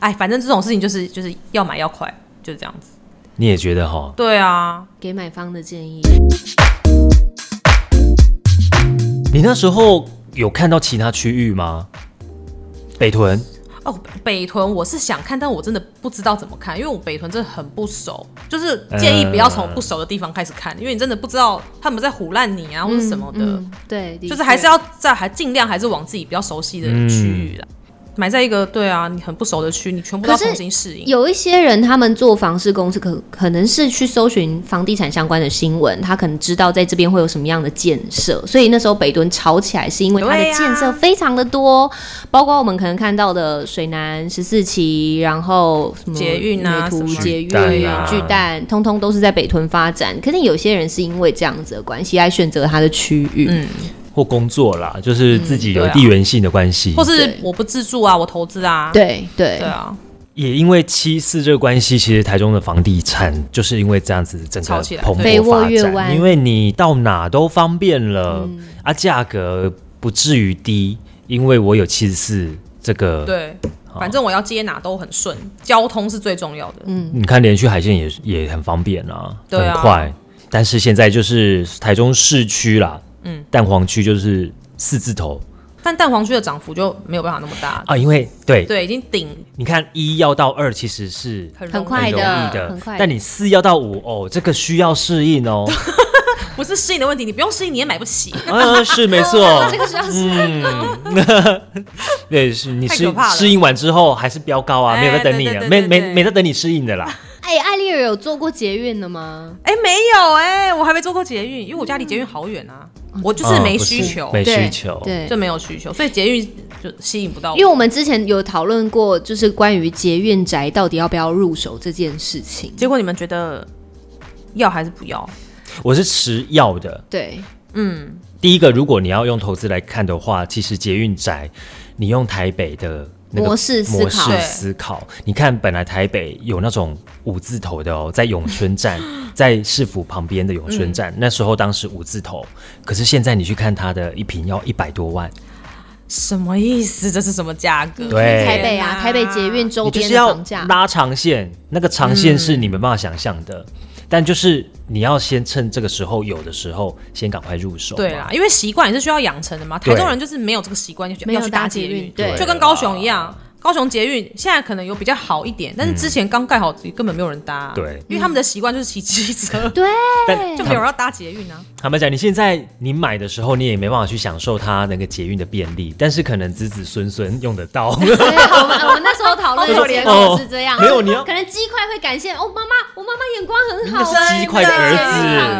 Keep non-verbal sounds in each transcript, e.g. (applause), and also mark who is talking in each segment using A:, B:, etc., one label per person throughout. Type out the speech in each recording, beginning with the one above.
A: 哎，反正这种事情就是就是要买要快，就是这样子。
B: 你也觉得哈？
A: 对啊，
C: 给买方的建议，
B: 你那时候有看到其他区域吗？北屯
A: 哦，北屯我是想看，但我真的不知道怎么看，因为我北屯真的很不熟，就是建议不要从不熟的地方开始看，因为你真的不知道他们在唬烂你啊，或者什么的，
C: 嗯嗯对，的
A: 就是还
C: 确
A: 是要在还尽量还是往自己比较熟悉的区域啦。买在一个对啊，你很不熟的区，你全部都要
C: 可是
A: 重新适应。
C: 有一些人，他们做房市公司可可能是去搜寻房地产相关的新闻，他可能知道在这边会有什么样的建设，所以那时候北屯炒起来是因为它的
A: 对呀啊
C: 建设非常的多，包括我们可能看到的水南十四期，然后什么
A: 捷运啊什
C: 美图
A: 么
C: 捷
B: 巨蛋
C: 运、
B: 啊
C: 巨蛋，通通都是在北屯发展。可是有些人是因为这样子的关系来选择他的区域，
A: 嗯，
B: 或工作啦，就是自己有
A: 对啊
B: 地缘性的关系，
A: 或是
C: 对
A: 我不自住啊，我投资啊，
C: 对对
A: 对啊，
B: 也因为七四这个关系，其实台中的房地产就是因为这样子整个
A: 炒起来
B: 蓬
C: 肥
B: 勃
C: 沃
B: 发
C: 越
B: 展，
C: 弯
B: 因为你到哪都方便了，
A: 嗯
B: 啊，价格不至于低，因为我有七十四这个，
A: 对，反正我要接哪都很顺，交通是最重要的。嗯，
B: 你看连续海线也也很方便啊，
A: 对啊
B: 很快。但是现在就是台中市区啦，嗯，蛋黄区就是四字头
A: 但蛋黄区的涨幅就没有办法那么大，
B: 啊，因为对，
A: 对，已经顶
B: 你看一要到二其实是
A: 很容
C: 很
A: 易
C: 快
B: 容
C: 的
B: 易的，
C: 很快的
B: 但你四要到五哦，这个需要适应
A: (laughs)
B: 哦。
A: 不是适应的问题，你不用适应你也买不起。
B: 嗯，是没错，
A: (laughs)
C: 这个是要
B: 对，是你
A: 太
B: 适
A: 可怕了
B: 适应完之后还是标高啊，
A: 哎
B: 没有在等你啊，
A: 对对
B: 没
A: 对
B: 没
A: 对对
B: 没在等你适应的啦。
C: 哎，艾丽尔有做过捷运的吗？
A: 哎、没有哎、我还没做过捷运，因为我家离捷运好远啊，我就是没
B: 嗯不
A: 需求，
B: 没
C: 对
B: 需求，
C: 对，
A: 就没有需求，所以捷运就吸引不到我。
C: 因为我们之前有讨论过，就是关于捷运宅到底要不要入手这件事情。
A: 结果你们觉得要还是不要？
B: 我是持要的。
C: 对，
B: 第一个，如果你要用投资来看的话，其实捷运宅，你用台北的。那个
C: 模式思考
B: 模式
A: 对
B: 思考，你看，本来台北有那种五字头的哦，在永春
C: (gasps)
B: 站，在市府旁边的永春
C: 嗯
B: 站，那时候当时五字头，可是现在你去看它的一瓶要一百多万，
A: 什么意思？这是什么价格？
B: 对
C: 台北啊，
A: 天哪
C: 台北捷运
B: 哎
C: 周
B: 你就是
C: 边的
B: 要
C: 房价，嗯
B: 拉长线，那个长线是你没办法想象的，但就是你要先趁这个时候有的时候，先赶快入手嘛。
C: 啊
A: 对啦，因为习惯也是需要养成的嘛。
B: 对
A: 台中人就是没有这个习惯，就觉得
C: 没有
A: 要去
C: 搭
A: 搭
C: 捷
A: 捷
C: 运
A: 运，
C: 对
A: 就跟高雄一样。高雄捷运现在可能有比较好一点，但是之前刚盖好，根本没有人搭、
B: 嗯对嗯
A: 因为他们的习惯就是骑机车，
C: 对，
B: 但
A: 就没有人要搭捷
B: (laughs)
A: 运啊。
B: 坦白讲，你现在你买的时候，你也没办法去享受它那个捷运的便利，但是可能子子孙孙用得
A: (laughs)
B: 到。
C: 对我们我们那时候讨论的结果是这样，
B: 哦没有你要
C: 可能鸡块会感谢哦，妈妈，我妈妈眼光很
B: 那
C: 好，
B: 是鸡块的儿
C: 真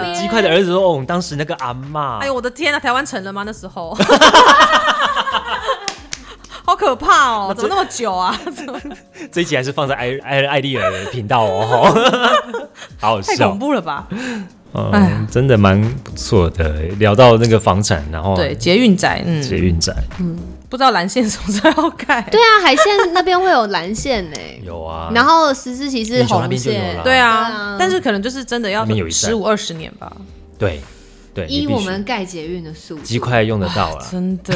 C: 的
B: 子，鸡块的儿子说：“哦，当时那个阿嬷。
A: 啊哎呦，我的天啊，台湾成了吗？那时
B: (laughs)
A: 候，好可怕哦！怎么那么久
B: (laughs)
A: 啊？怎么
B: 这一集还是放在艾艾艾丽尔的频道哦，
A: (laughs)
B: 好好
A: 太
B: 笑
A: 恐，怖了吧？哎呀
B: 嗯，真的蛮不错的。聊到那个房产，然后
A: 对，捷运宅，
B: 捷
A: 嗯，
B: 运宅
A: 不知道蓝线什么时候要盖。
C: 对啊，海线那边会有蓝线呢、
A: 嗯
B: 有啊，
C: 然后十字旗是
B: 你从那
C: 红
B: 边就有
C: 线
B: 啦，
A: 对
C: 对啊
A: 啊，但是可能就是真的要
B: 那边有一站
A: 十五二十年吧，
B: 对对，你
C: 依
B: 必
C: 我
B: 须
C: 们盖捷运的速
B: 鸡
C: 度，
B: 块用得到啊啦。
A: 真
B: (laughs)
A: 的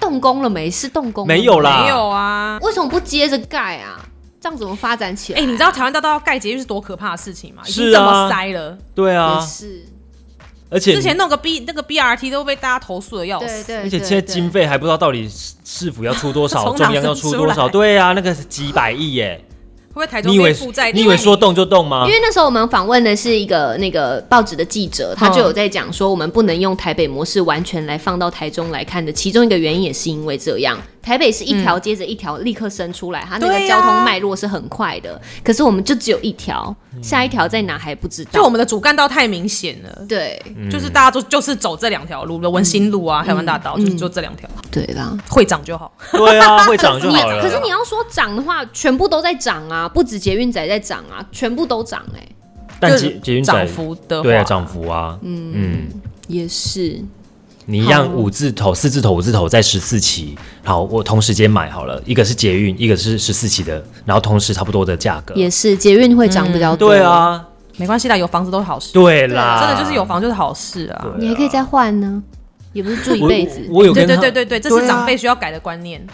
C: 动工了没？是动工了
B: 没有啦
A: 没有啊。
C: 为什么不接着盖啊？这样怎么发展起来？
A: 哎、你知道台湾大道要盖捷运是多可怕的事情吗？已经
B: 是
A: 这
B: 啊
A: 么塞了，
B: 对
C: 也
B: 啊，
C: 是，
B: 而且
A: 之前弄个 B 那个 BRT 都被大家投诉的要
C: 对
A: 死。
C: 对，
B: 而且
C: 对
B: 现在
C: 对
B: 经费还不知道到底市市府要出多
A: (laughs)
B: 少，
A: 从
B: 中
A: 哪
B: 央要出多
A: 生出
B: 少。
A: 来
B: 对啊，那个是几百亿耶！
A: 会不会台中
B: 你以为
A: 变负债？
B: 你以为说动就动吗
C: 因？为那时候我们访问的是一个那个报纸的记者，他就有在讲说，我们不能用台北模式完全来放到台中来看的，其中一个原因也是因为这样，嗯啊台北是一条接着一条立刻生出来，它那个
A: 对呀
C: 交通脉络是很快的，可是我们就只有一条，
B: 嗯
C: 下一条在哪还不知
A: 就我
C: 道。
A: 们的主干道太明显了。
C: 对
B: 嗯
A: 就是大家都就是走这两条路，文心路啊、台湾大道，就是就这两条，
C: 对啦，
A: 会长就好。
B: (laughs)
A: (laughs)
B: 对啊，会长就
C: 你
B: 好了。
C: 可是你要说涨的话，全部都在涨啊，不止捷运仔在涨啊，全部都涨哎、
B: 但
A: 就是
B: 捷捷运
A: 涨
B: 仔
A: 幅的话，
B: 对啊，涨幅啊，嗯
C: 也是，
B: 啊你一样五字头、四字头、五字头在十四期，好，我同时间买好了，一个是捷运，一个是十四期的，然后同时差不多的价格。
C: 也是捷运会涨比
A: 嗯
C: 较多、
B: 对，啊，
A: 没关系啦，有房子都是好事，
B: 对啦，
A: 真的就是有房就是好事啊。
B: 对啊。
C: 你还可以再换呢，也不是住一
B: 我
C: 辈子。
B: 我我有
A: 对对
B: 跟他
A: 对对对，这
B: 对
A: 是
B: 啊
A: 长辈需要改的观念。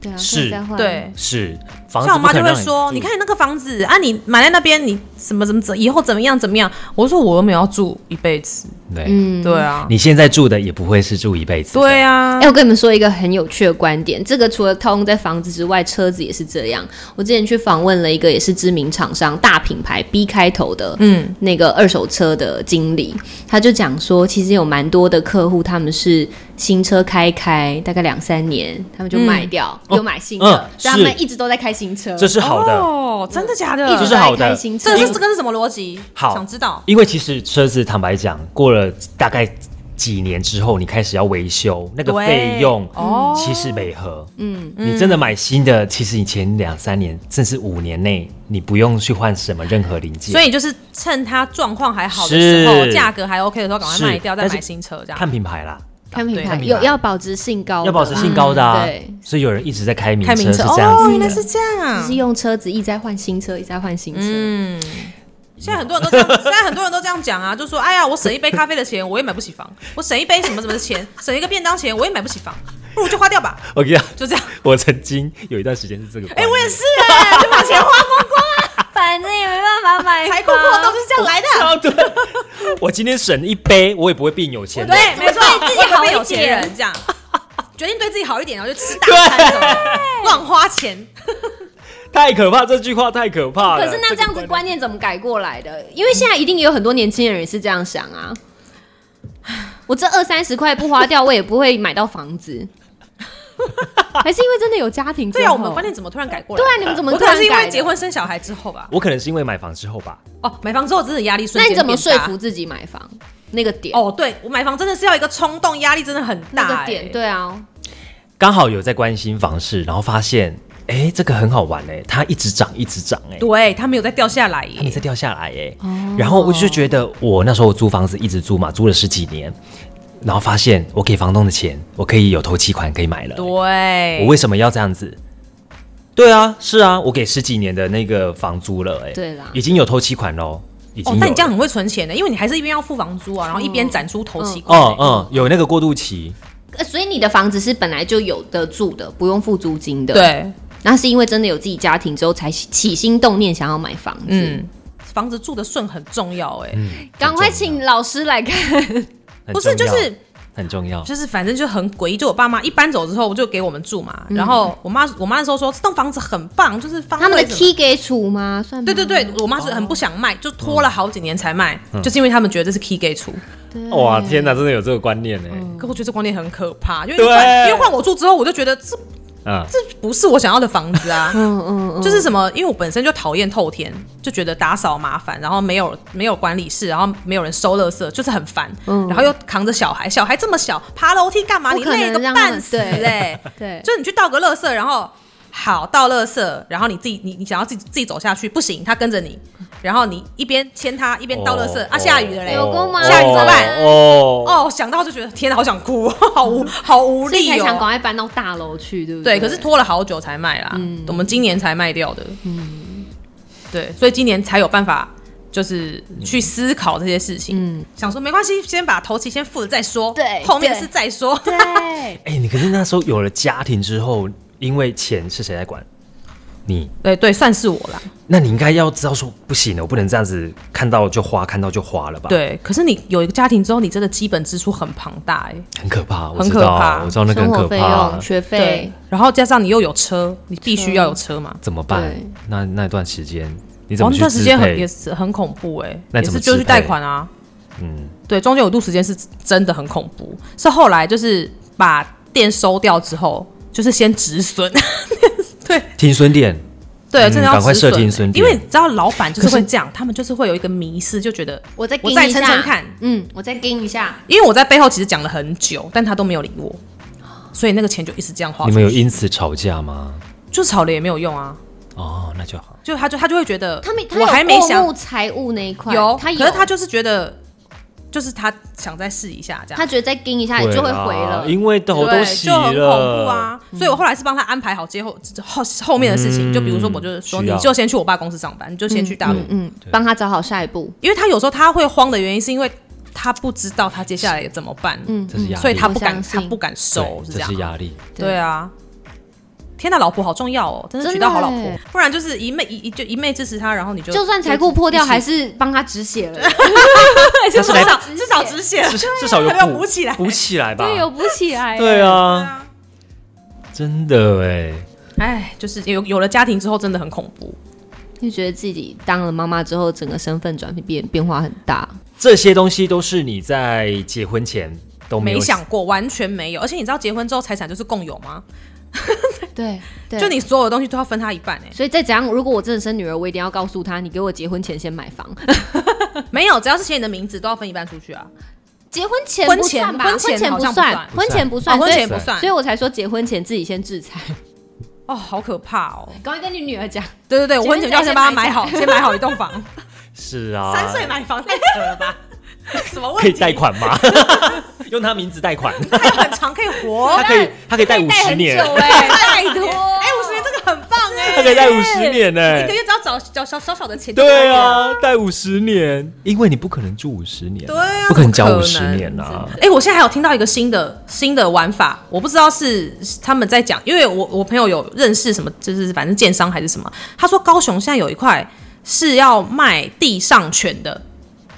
C: 对啊，
B: 是
C: 看一下换
A: 对，
B: 是房子
A: 像我
B: 不
A: 妈
B: 可
A: 就
B: 能
A: 会
B: 让
A: 说：“
B: 住
A: 你看你那个房子啊，你买在那边，你怎么怎么怎以后怎么样怎么样？”我说：“我又没有要住一辈子。
B: 对，
C: 嗯，
A: 对啊，
B: 你现在住的也不会是住一辈子的，
A: 对啊
C: 哎、，我跟你们说一个很有趣的观点，这个除了套用在房子之外，车子也是这样。我之前去访问了一个也是知名厂商大品牌 B 开头的，
A: 嗯，
C: 那个二手车的经理，他就讲说，其实有蛮多的客户他们是新车开一开大概两三年，他们就卖掉，
B: 嗯
C: 又买新的，
B: 嗯
C: 所以他们
B: 是
C: 一直都在开新车。
B: 这是好的。
A: 哦，真的假的？
C: 一
B: 这
C: 直
B: 是
C: 都
B: 好
C: 在
B: 的
C: 开新车，哎
A: 这是这个是什么逻辑？
B: 好
A: 想知道。
B: 因为其实车子，坦白讲，过了大概几年之后，你开始要维修，那个
A: 对
B: 费用
A: 哦
B: 其实没合。嗯，你真的买新的，其实你前两三年甚至五年内，你不用去换什么任何零件。
A: 所以就是趁它状况还好的时候，
B: 是
A: 价格还 OK 的时候，赶快
B: 是
A: 卖掉，再
B: 但是
A: 买新车这样。
B: 看品牌啦，
C: 看品
A: 啊对嗯
C: 牌
A: 看
B: 品
C: 有
B: 牌
C: 要保值性高的啦，
B: 要保持性高的啊。
C: 对。
B: 所以有人一直在开名
A: 开名
B: 是
A: 车
B: 这样
A: 哦，
B: 子
A: 原来
B: 的。
A: 是这
C: 就是
A: 样。
C: 用车子一直在换新车，一直在换新车。
A: 嗯，现在很多人都这样， (laughs) 现在很多人都这样讲啊，就说哎呀，我省一杯咖啡的钱，我也买不起房；我省一杯什么什么的钱， (laughs) 省一个便当钱，我也买不起房，不如就花掉吧，
B: (laughs) 我跟你讲，
A: 就这样。
B: (laughs) 我曾经有一段时间是这个观
A: 哎、 (laughs)
B: 念。
A: 我也是哎、就把 (laughs) 钱花光光，
C: 反正欸也没办法买
A: 财库破洞是这样来的。啊
B: (laughs) 哦，对，我今天省一杯，我也不会变有钱的。
A: 对，没错，
C: 对自己
A: 我也不
C: 好一
A: 会有钱
C: 点
A: 人这样， (laughs) 决定对自己好一点，然后就吃大餐走，乱花钱。
B: 太可怕，这句话太可怕了。
C: 可是那这样子
B: 个
C: 观念怎么改过来的？因为现在一定也有很多年轻人也是这样想啊。我这二三十块不花掉，我也不会买到房
A: (laughs)
C: 子。还是因为真的有家庭之后？
A: 对啊，我们观念怎么突然改过来？
C: 对啊，你们怎么
A: 我
C: 突
A: 可能
C: 然
A: 是因
C: 改
A: 为
C: 的
A: 结？婚生小孩之后吧。
B: 我可能是因为买房之后吧，
A: 哦，买房之后真的压力瞬
C: 那
A: 间
C: 你怎么
A: 变
C: 说
A: 大
C: 服？自己买房那个点？
A: 哦，对我买房真的是要一个冲动，压力真的很
C: 那
A: 大、
C: 个
A: 欸。
C: 点，对啊，
B: 刚好有在关心房市，然后发现，哎，这个很好玩哎，它一直涨，一直涨哎，
A: 对，它没有再掉下来耶
B: 它没再掉下来哎。
A: 哦
B: 然后我就觉得，我那时候租房子一直租嘛，租了十几年，然后发现我给房东的钱，我可以有头期款可以买了。
A: 对，
B: 我为什么要这样子？对啊，是啊，我给十几年的那个房租了哎，
C: 对啦
B: 已经有头期款喽，已经
A: 哦
B: 有，
A: 但你这样
B: 了
A: 很会存钱的，因为你还是一边要付房租啊，然后一边攒出头期款、
B: 哦嗯，有那个过渡期，
C: 呃所以你的房子是本来就有的住的，不用付租金的。，
A: 对，
C: 那是因为真的有自己家庭之后，才起心动念想要买房子。
A: 嗯，房子住的顺很重要哎、
B: 嗯，
C: 赶快
B: 很重
C: 请老师来看。
B: 要，
A: 不是
B: 很重
A: 就
B: 要
A: 是
B: 很重要。
A: 就是反正就很诡异，就我爸妈一搬走之后，我就给我们住嘛。然后我妈我妈那时候说这栋房子很棒，就是方
C: 嗯他们的
A: 位什么
C: key 给处吗？算吗
A: 对对对，我妈是很不想卖，就拖
C: 哦
A: 了好几年才卖，
C: 嗯
A: 就是因为他们觉得这是 key gate 出。
C: 对
B: 哇，天哪，真的有这个观念呢。
A: 可我觉得这观念很可怕，因为
B: 对
A: 换因为换我住之后，我就觉得这
B: 啊，
A: 这不是我想要的房子啊。
C: 嗯嗯嗯，
A: 就是什么，因为我本身就讨厌透天，就觉得打扫麻烦，然后没有没有管理室，然后没有人收垃圾，就是很烦。然后又扛着小孩，小孩这么小，爬楼梯干嘛？
C: 嗯不
A: 你
C: 可能
A: 累个
C: 让他们
A: 半死
C: 对
A: 嘞、
C: (laughs) 对，
A: 就是你去倒个垃圾，然后好倒垃圾，然后你自己你你想要自己自己走下去，不行，他跟着你，然后你一边牵他一边倒垃圾、啊，下雨了嘞。
C: 有够吗
A: 下雨怎么办
B: 哦，
A: 哦，想到就觉得天哪，好想哭， (laughs) 好无好无
C: 所以
A: 力
C: 才想赶
A: 哦。
C: 快搬到大楼去，对不
A: 对，
C: 对？
A: 可是 (laughs) 拖了好久才卖啦，
C: 嗯
A: 我们今年才卖掉的。嗯，对，所以今年才有办法，就是去思考这些事情。嗯，想说没关系，先把头期先付了再说，
C: 对
A: 后面
C: 对
A: 是再说。
C: 对，
B: 哎，你可是那时候有了家庭之后，因为钱是谁在管？你，
A: (laughs) 对对，算是我啦。
B: 那你应该要知道说，不行了，我不能这样子看到就花，看到就花了吧？，
A: 对，可是你有一个家庭之后，你真的基本支出很庞大哎、
B: 很可怕，我
A: 很
B: 知
A: 可
B: 道
A: 怕，
B: 我知道那个
C: 生
B: 很
C: 活
B: 可
C: 费
B: 怕
C: 用、，学费，，
A: 然后加上你又有车，你必须要有车嘛。
B: 怎么办
C: 对？
B: 那那段时间你怎
A: 然后
B: 么
A: 哦那
B: 去
A: 段时间
B: 支
A: 很
B: 配
A: 也是很恐怖哎、
B: 那
A: 也
B: 怎么
A: 是就
B: 支
A: 去
B: 配
A: 贷款啊。
B: 嗯，
A: 对，中间有一度时间是真的很恐怖，是后来就是把店收掉之后，就是先止
B: (laughs)
A: 损，
B: 停损点，
A: 对，
B: 嗯
A: 真的要
B: 赶快
A: 止
B: 设停损
A: 损，
B: 点
A: 因为你知道老板就是会这样，他们就是会有一个迷失，就觉得
C: 我再
A: (laughs) 我
C: 盯
A: 再
C: 一
A: 撑
C: 下
A: 撑看，
C: 嗯，我再盯一下，
A: 因为我在背后其实讲了很久，但他都没有理我，所以那个钱就一直这样花
B: 你
A: 出
B: 们有
A: 去，
B: 因此吵架吗？
A: 就吵了也没有用啊，
B: 哦，那就好，
A: 就他就他就会觉得
C: 他没，他
A: 我
C: 有
A: 还没
C: 过
A: 想
C: 目财务那一块，
A: 有，
C: 他有，
A: 可是他就是觉得就是他想再试一下这样，
C: 他觉得再盯一下就会回了，
B: 啊因为头
A: 对，
B: 哦都洗
A: 就很恐怖
B: 了，嗯
A: 啊！所以我后来是帮他安排好之后后后面的事情，就比如说，我就是说，
B: 需
A: 你
B: 要
A: 就先去我爸公司上班，你就先去大陆，
C: 嗯，帮他找好下一步，
A: 因为他有时候他会慌的原因，是因为他不知道他接下来怎么办，
C: 嗯，
B: 这是压力，
A: 所以他不
C: 我
A: 敢，
C: 相信
A: 他不敢
B: 对
A: 收，是
B: 这
A: 样
B: 是
A: 吗。
B: 压力。
A: 对啊，天呐，老婆好重要哦，真是娶到好老婆
C: 真的欸，
A: 不然就是一昧一一就一昧支持他，然后你就
C: 就算财库破掉，
A: (laughs)
C: 还是帮他止血
B: (laughs)
C: 了，
A: 至
B: 是来
A: 少至少止血，
B: 至至少有
A: (laughs) 还没有补起来
B: 补起来吧。
C: (laughs) 对，有补起来。
B: 对
A: 哎对
B: 啊，
A: 啊
B: 真的哎，
A: 哎，就是有有了家庭之后真的很恐怖，
C: 就觉得自己当了妈妈之后，整个身份转变变化很大。
B: 这些东西都是你在结婚前都没有
A: 没想过，完全没有。而且你知道结婚之后财产就是共有吗？
C: 对，对
A: 就你所有的东西都要分他一半哎、
C: 所以再怎样，如果我真的生女儿，我一定要告诉她，你给我结婚前先买房。
A: (laughs) 没有，只要是写你的名字都要分一半出去啊，
C: (laughs) 结婚前
A: 婚
C: 不
A: 前
C: 算吧？
A: 婚
C: 婚
A: 前
C: 前
A: 好像不
C: 算
A: 算，
C: 婚前不算，
A: 哦婚前
C: 所
A: 不
B: 以
A: 算
C: 以所以我才说结婚前自己先制裁。
A: 哦，好可怕哦！
C: 赶快跟你女儿讲，
A: 对对对，我
C: 结
A: 婚
C: 婚
A: 前就要先
C: 前
A: 帮他
C: 先买
A: 买好，先买好一栋 (laughs) 房，
B: 是啊，
A: 三岁买房太扯了吧？什么问题？
B: 可以贷款
A: (laughs)
B: 吗？用他名字贷款，
A: 贷款长可以活
B: 他，可以他可以贷五十年
C: 很，久
A: 欸
C: (laughs) 哎，拜托，
A: 哎，五十年这个很棒哎、
B: 他可以贷五十年
A: 一
B: 呢
A: 个。月只要找找小小小的钱就可以
B: 对
A: 了。
B: 啊，贷五十年，因为你不可能住五十年，
A: 对啊
B: 不可能
A: 怎
B: 交
A: 么可
B: 五十
A: 能
B: 年啊。
A: 哎、我现在还有听到一个新的新的玩法，我不知道是他们在讲，因为我我朋友有认识什么，就是反正建商还是什么，他说高雄现在有一块是要卖地上权的，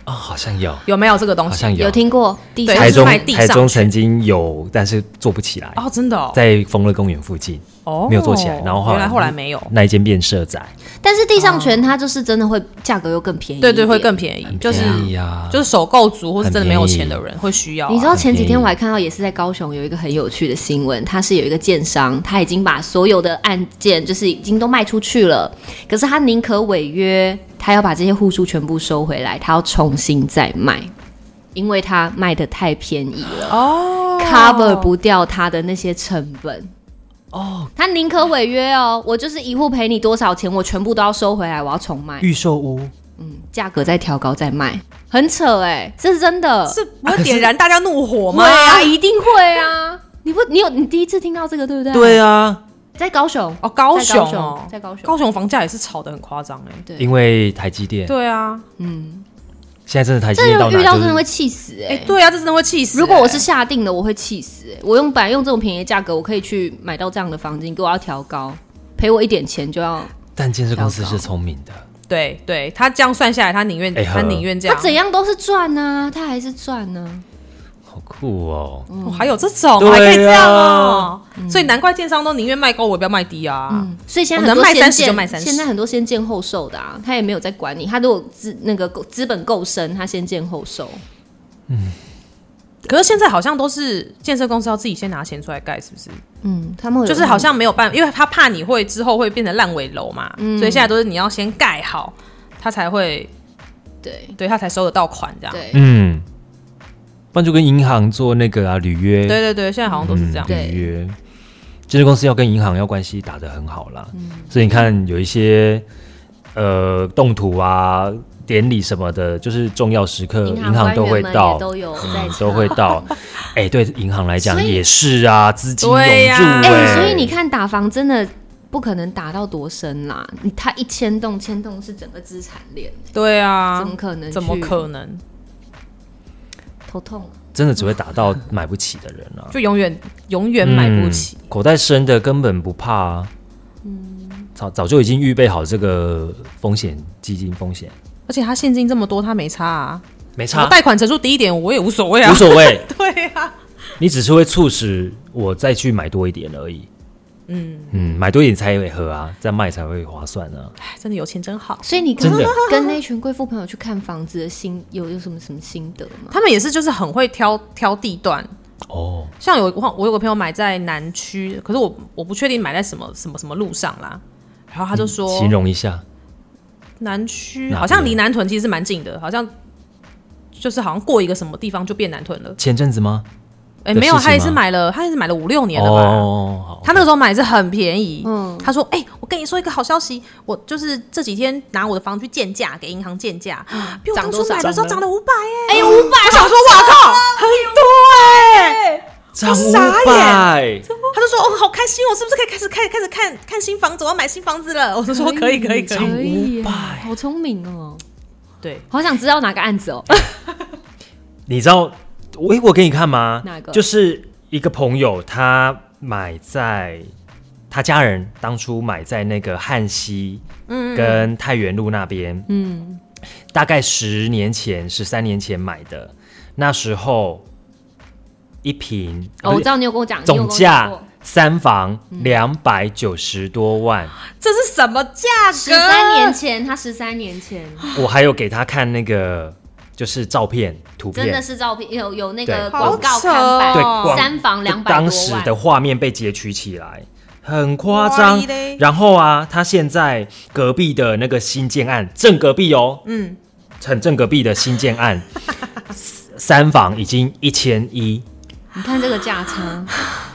B: 啊，好像有，
A: 有没有这个东
B: 好
A: 西？
B: 像有
C: 有。听过？第
A: 对
C: 三
B: 台
A: 它是
B: 中
A: 卖地上
B: 台中
A: 去
B: 曾经有，但是做不起来，
A: 哦，真的哦，
B: 在丰乐公园附近
A: 哦
B: 没有做起来，然后后
A: 原
B: 来
A: 来后来没有，
B: 那一间变社宅，
C: 但是地上权它就是真的会价格又更便宜，
A: 哦对对，会更。便宜，
B: 啊很
A: 就是
B: 便宜啊
A: 就是首购族或是真的没有
B: 很便宜
A: 钱的人会需要啊、
C: 你知道前几
B: 很便
C: 天
B: 宜
C: 我还看到，也是在高雄有一个很有趣的新闻，它是有一个建商，他已经把所有的案件就是已经都卖出去了，可是他宁可违约，他要把这些户数全部收回来，他要重新再卖，因为他卖的太便宜了、
A: 哦
C: c o v e r 不掉他的那些成本。哦，他宁可违约哦，我就是一户赔你多少钱，我全部都要收回来，我要重卖，
B: 预售屋
C: 价格再调高再卖，很扯哎、这是真的，
A: 是不
B: 啊
A: 会点燃大家怒火吗？
C: 会啊，一定会啊！你不，你有你第一次听到这个对不对？，
B: 啊，
C: 在高雄，
A: 哦，高
C: 在高
A: 雄
C: 雄
A: 哦，
C: 在高雄
A: 高雄房价也是炒得很夸张哎。
C: 对
B: 因为台积电
A: 对啊，
C: 嗯，
B: 现在真的台积
C: 这
B: 电
C: 个
B: 到哪
C: 遇到
B: 就
C: 真的
B: 是
C: 会气死哎、
A: 哎、对啊，这真的会气死、
C: 如果
A: 哎
C: 我是下定的，我会气死、欸。我用本来用这种便宜的价格，我可以去买到这样的房子，你给我要调高，赔我一点钱就要，
B: 但建设公司是聪明的，
A: 对对，他这样算下来，他宁愿、
B: 哎呵
A: 他宁愿这
C: 他
A: 样。
C: 怎样都是赚啊，他还是赚啊呢、
B: 好酷哦！
A: 哦还有这种、
B: 对啊
A: 还可以这样哦、所以难怪建商都宁愿卖高，我也不要卖低啊。
C: 嗯，所以现在
A: 我能
C: 很多
A: 卖
C: 先
A: 30就卖
C: 建，
A: 30
C: 现在很多先建后售的啊，他也没有在管你，他如果资那个够资本够深，他先建后售。
A: 可是现在好像都是建设公司要自己先拿钱出来盖，是不是？
C: 嗯，他们会有
A: 就是好像没有办法，因为他怕你会之后会变成烂尾楼嘛，所以现在都是你要先盖好，他才会
C: 对
A: 对他才收得到款这样。
C: 对。
B: 嗯，不然就跟银行做那个啊履约，嗯
A: 对对对，现在好像都是这样。
C: 对
B: 履约，建设公司要跟银行要关系打得很好啦，
C: 嗯
B: 所以你看有一些呃动土啊、典礼什么的，就是重要时刻，银行都会到，
C: 都有在
B: 嗯，都会到。哎、对银行来讲
C: 所以
B: 也是啊，资金涌入、
A: 对
B: 欸
A: 呀
C: 哎、所以你看打房真的不可能打到多深啦，你它一牵动，牵动是整个资产链，
A: 对啊
C: 怎，么可能？
A: 怎么可？能？
C: 头痛。
B: 真的只会打到买不起的人啊，
A: 就永远永远买不起。
B: 嗯口袋深的根本不怕、啊。
A: 嗯
B: 早早就已经预备好这个风险基金风险，
A: 而且他现金这么多，他没差啊。
B: 没
A: 我
B: 差，
A: 贷款成数低一点，我也无所谓啊
B: 无。所谓。
A: (laughs) 对啊，
B: 你只是会促使我再去买多一点而已。嗯买多一点才会合啊，再卖才会划算啊。
A: 哎真的有钱真好。
C: 所以你跟
B: 真的
C: 跟那群贵妇朋友去看房子的心有有什么什么心得吗？
A: 他们也是，就是很会挑挑地段。
B: 哦，
A: 像有我我有个朋友买在南区，可是我我不确定买在什么什么什么路上啦。然后他就说，
B: 嗯形容一下，
A: 南区
B: 哪边
A: 好像离南屯其实是蛮近的，好像就是好像过一个什么地方就变南屯了。
B: 前阵子吗？
A: 哎、
B: 有
A: 没有，
B: 事情
A: 他也是
B: 吗
A: 买了，他也是买了五六年了吧。
B: 哦，好，
A: 他那个时候买是很便宜，
C: 嗯
A: 他说：“哎、我跟你说一个好消息，我就是这几天拿我的房去鉴价，给银行鉴价，比我
C: 嗯
A: 当
C: 涨
A: 初
C: 多少
A: 买的时候涨了五百哎，
C: 哎呦，五百哦
A: 我想说，哇靠，很多哎、
B: 涨
A: 我
B: 五
A: 傻
B: 百，
A: 他就说：“哦，好开心哦，我是不是可以开始开开始看看新房子？我要买新房子了。”我就说：“可以，可以，可以。
C: 可以耶，
B: 500
C: 好聪明哦，”
A: 对，
C: 好想知道哪个
A: (laughs)
C: 案子哦。
B: 你知道我诶我给你看吗？
C: 哪个
B: 就是一个朋友他买在他家人当初买在那个汉西，
C: 嗯
B: 跟太原路那边，嗯，大概十年前、十三年前买的，那时候一瓶，不
C: 哦，我
B: 是
C: 知道你有跟我讲，你有跟
B: 总
C: 我讲
B: 价
C: 过
B: 三房两百九十多万，
A: 这是什么价格？
C: 十三年前，他十三年前
B: 我还有给他看那个就是照片、图
C: 真的
B: 片，
C: 是照片有有那
B: 对
C: 个广告
A: 好扯
C: 看板，
A: 哦
B: 对广
C: 三房两百多万，
B: 当时的画面被截取起来，很夸
A: 哇
B: 张
A: 哩嘞。
B: 然后啊，他现在隔壁的那个新建案，正隔壁哦，
A: 嗯，
B: 很正隔壁的新建案， (laughs) 三房已经一千一，
C: 你看这个价差，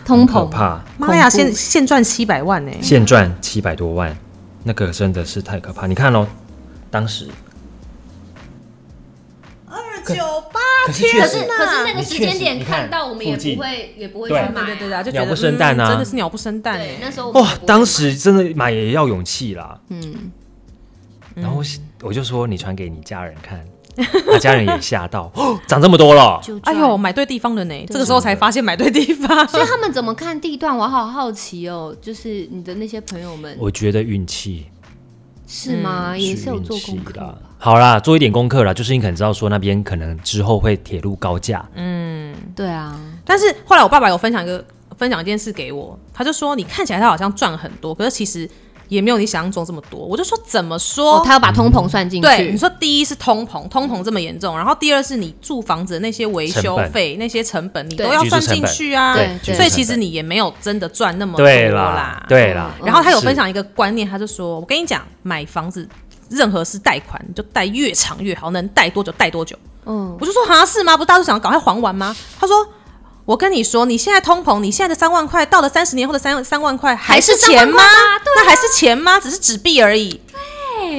C: 通
B: 可
C: 膨，
B: 怕，
A: 妈呀，
C: 恐怖
A: 现现赚七百万呢、
B: 现赚七百多万，那个真的是太可怕。你看哦，当时
A: 二九八，
B: 可是确
C: 可
B: 实
C: 是可是那个
B: 你
C: 时
B: 确
C: 间
B: 实
C: 点
B: 你看
C: 看到，我们也
B: 附近
C: 不会也不会去
B: 对
C: 买
A: 对
C: 啊，
A: 对对啊，就觉
B: 鸟
A: 得
B: 不生蛋啊
A: 嗯真的是鸟不生蛋哎、
C: 对那时候我们
B: 哇
C: 也不，会
B: 哦当
C: 买
B: 时真的买也要勇气啦。
C: 嗯，
B: 然后我就说你传给你家人看，他家人也吓
C: (laughs)
B: 到，哦涨这么多了。
C: 就这
A: 哎
C: 样
A: 呦，。买对地方了呢！这个时候才发现买对地方，
C: (laughs) 所以他们怎么看地段？我好好奇哦，就是你的那些朋友们
B: 我觉得运气
C: 是吗？哦也是有
B: 运
C: 做功
B: 嗯气啊
C: 课
B: 啦
C: 吧。
B: 好啦，做一点功课啦，就是你可能知道说那边可能之后会铁路高架，
C: 嗯对啊，
A: 但是后来我爸爸有分享一个分享一件事给我，他就说你看起来他好像赚很多，可是其实也没有你想象中这么多。我就说怎么说？
C: 哦，他要把通膨算进去。
A: 对，你说第一是通膨，通膨这么严重，然后第二是你住房子的那些维修费、那些成本，你都
C: 对
A: 要
B: 居住
A: 算
B: 成
A: 进
B: 本
A: 去啊。
C: 对对
A: 所以其实你也没有真的赚那么多
B: 对啦
A: 啦，。
B: 对啦，
C: 哦
A: 然后他有
B: 是
A: 分享一个观念，他就说：“我跟你讲，买房子任何是贷款，你就贷越长越好，能贷多久贷多久。”
C: 嗯，
A: 我就说哈是吗？不大家都想赶快还完吗？他说。我跟你说，你现在通膨，你现在的三万块，到了三十年后的三三万块还是钱吗？啊那还是钱吗？只是纸币而已。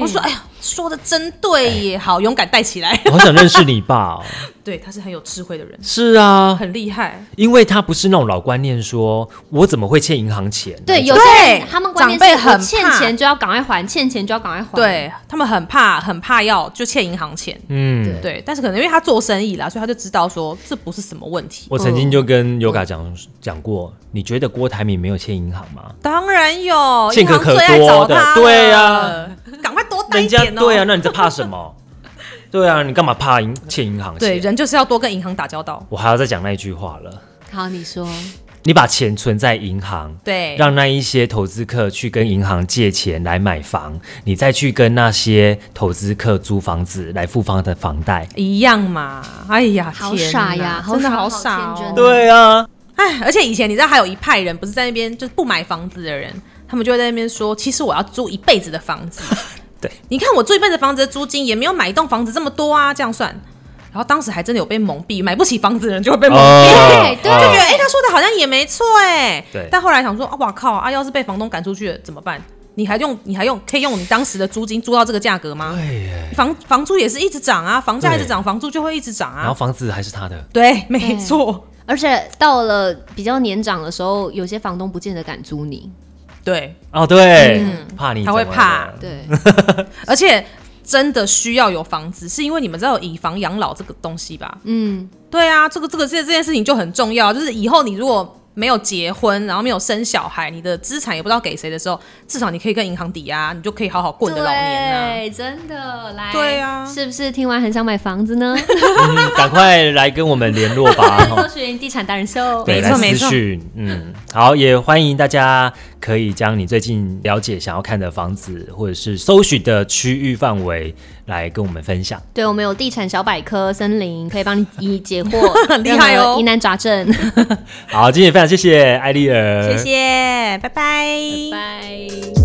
A: 我说，哎呀，说的真对耶，好勇敢带起来。
B: 我好想认识你爸、哦。
A: (laughs) 对，他是很有智慧的人，
B: 是啊，
A: 很厉害。
B: 因为他不是那种老观念说，我怎么会欠银行钱？
C: 对，有
A: 对
C: 些人他们观念
A: 长辈
C: 是我
A: 很
C: 欠
A: 怕
C: 钱就要赶快还，欠钱就要赶快还。，
A: 对他们很怕，很怕要就欠银行钱。
B: 嗯，
A: 对，但是可能因为他做生意啦，所以他就知道说这不是什么问题。
B: 我曾经就跟 Yoga 讲讲过，你觉得郭台铭没有欠银行吗？
A: 当然有，
B: 欠
A: 银
B: 个
A: 行
B: 可
A: 最爱
B: 多
A: 找
B: 的
A: 他了
B: 对啊，
A: 赶快多贷
B: 人
A: 一
B: 家
A: 点哦。
B: 对啊，那你在怕
A: (laughs)
B: 什么？对啊，你干嘛怕银欠银行
A: 对，
B: 钱？
A: 人就是要多跟银行打交道。
B: 我还要再讲那一句话了，
C: 好，你说，
B: 你把钱存在银行。
A: 对，
B: 让那一些投资客去跟银行借钱来买房，你再去跟那些投资客租房子来付房的房贷。
A: 一样嘛。哎呀，
C: 好
A: 天
C: 傻
A: 哪
C: 呀好
A: 真的
C: 傻
A: 好
C: 好
A: 傻哦
C: 天真
B: 对啊，
A: 哎，而且以前你知道还有一派人不是在那边就是不买房子的人，他们就会在那边说，其实我要租一辈子的房
B: (laughs)
A: 子。
B: 对，
A: 你看我租一辈子的房子的租金也没有买一栋房子这么多啊，这样算。然后当时还真的有被蒙蔽，买不起房子的人就会被蒙蔽。
B: 哦
C: 对
A: 就觉
B: 哦
A: 得哎、他说的好像也没错哎、
B: 对
A: 但后来想说啊，哇靠啊，要是被房东赶出去了怎么办？你还用你还用可以用你当时的租金租到这个价格吗？
B: 对耶
A: 房房租也是一直涨啊，房价一直
B: 对
A: 涨，房租就会一直涨
B: 然后
A: 啊。
B: 房子还是他的，
A: 对，没错，
C: 而且到了比较年长的时候，有些房东不见得敢租你。
A: 对，
B: 哦，对，怕你
A: 他会
B: 怎么
A: 怕
B: 了
C: 对，
A: 而且真的需要有房子，是因为你们知道有以房养老这个东西吧？
C: 嗯，
A: 对啊，这个这个这这件事情就很重要，就是以后你如果没有结婚，然后没有生小孩，你的资产也不知道给谁的时候，至少你可以跟银行抵押，你就可以好好过你的老年啊。
C: 对，真的来，
A: 对啊
C: 是不是听完很想买房子呢？
B: 嗯赶快来跟我们联
A: (laughs)
B: 络吧。
C: 搜
A: 哦
B: 哈
C: 寻地产达人秀。
B: 对，
A: 没错
B: 来私
A: 没错
B: 讯，嗯，好，也欢迎大家可以将你最近了解想要看的房子，或者是搜寻的区域范围来跟我们分享。
C: 对，我们有地产小百科、森林，可以帮你以解惑
A: (laughs) 很厉害哦
C: 任何疑难杂
A: (laughs)
C: 症。
B: 好，今天也非常谢谢艾丽儿，
A: 谢谢，拜拜
C: 拜。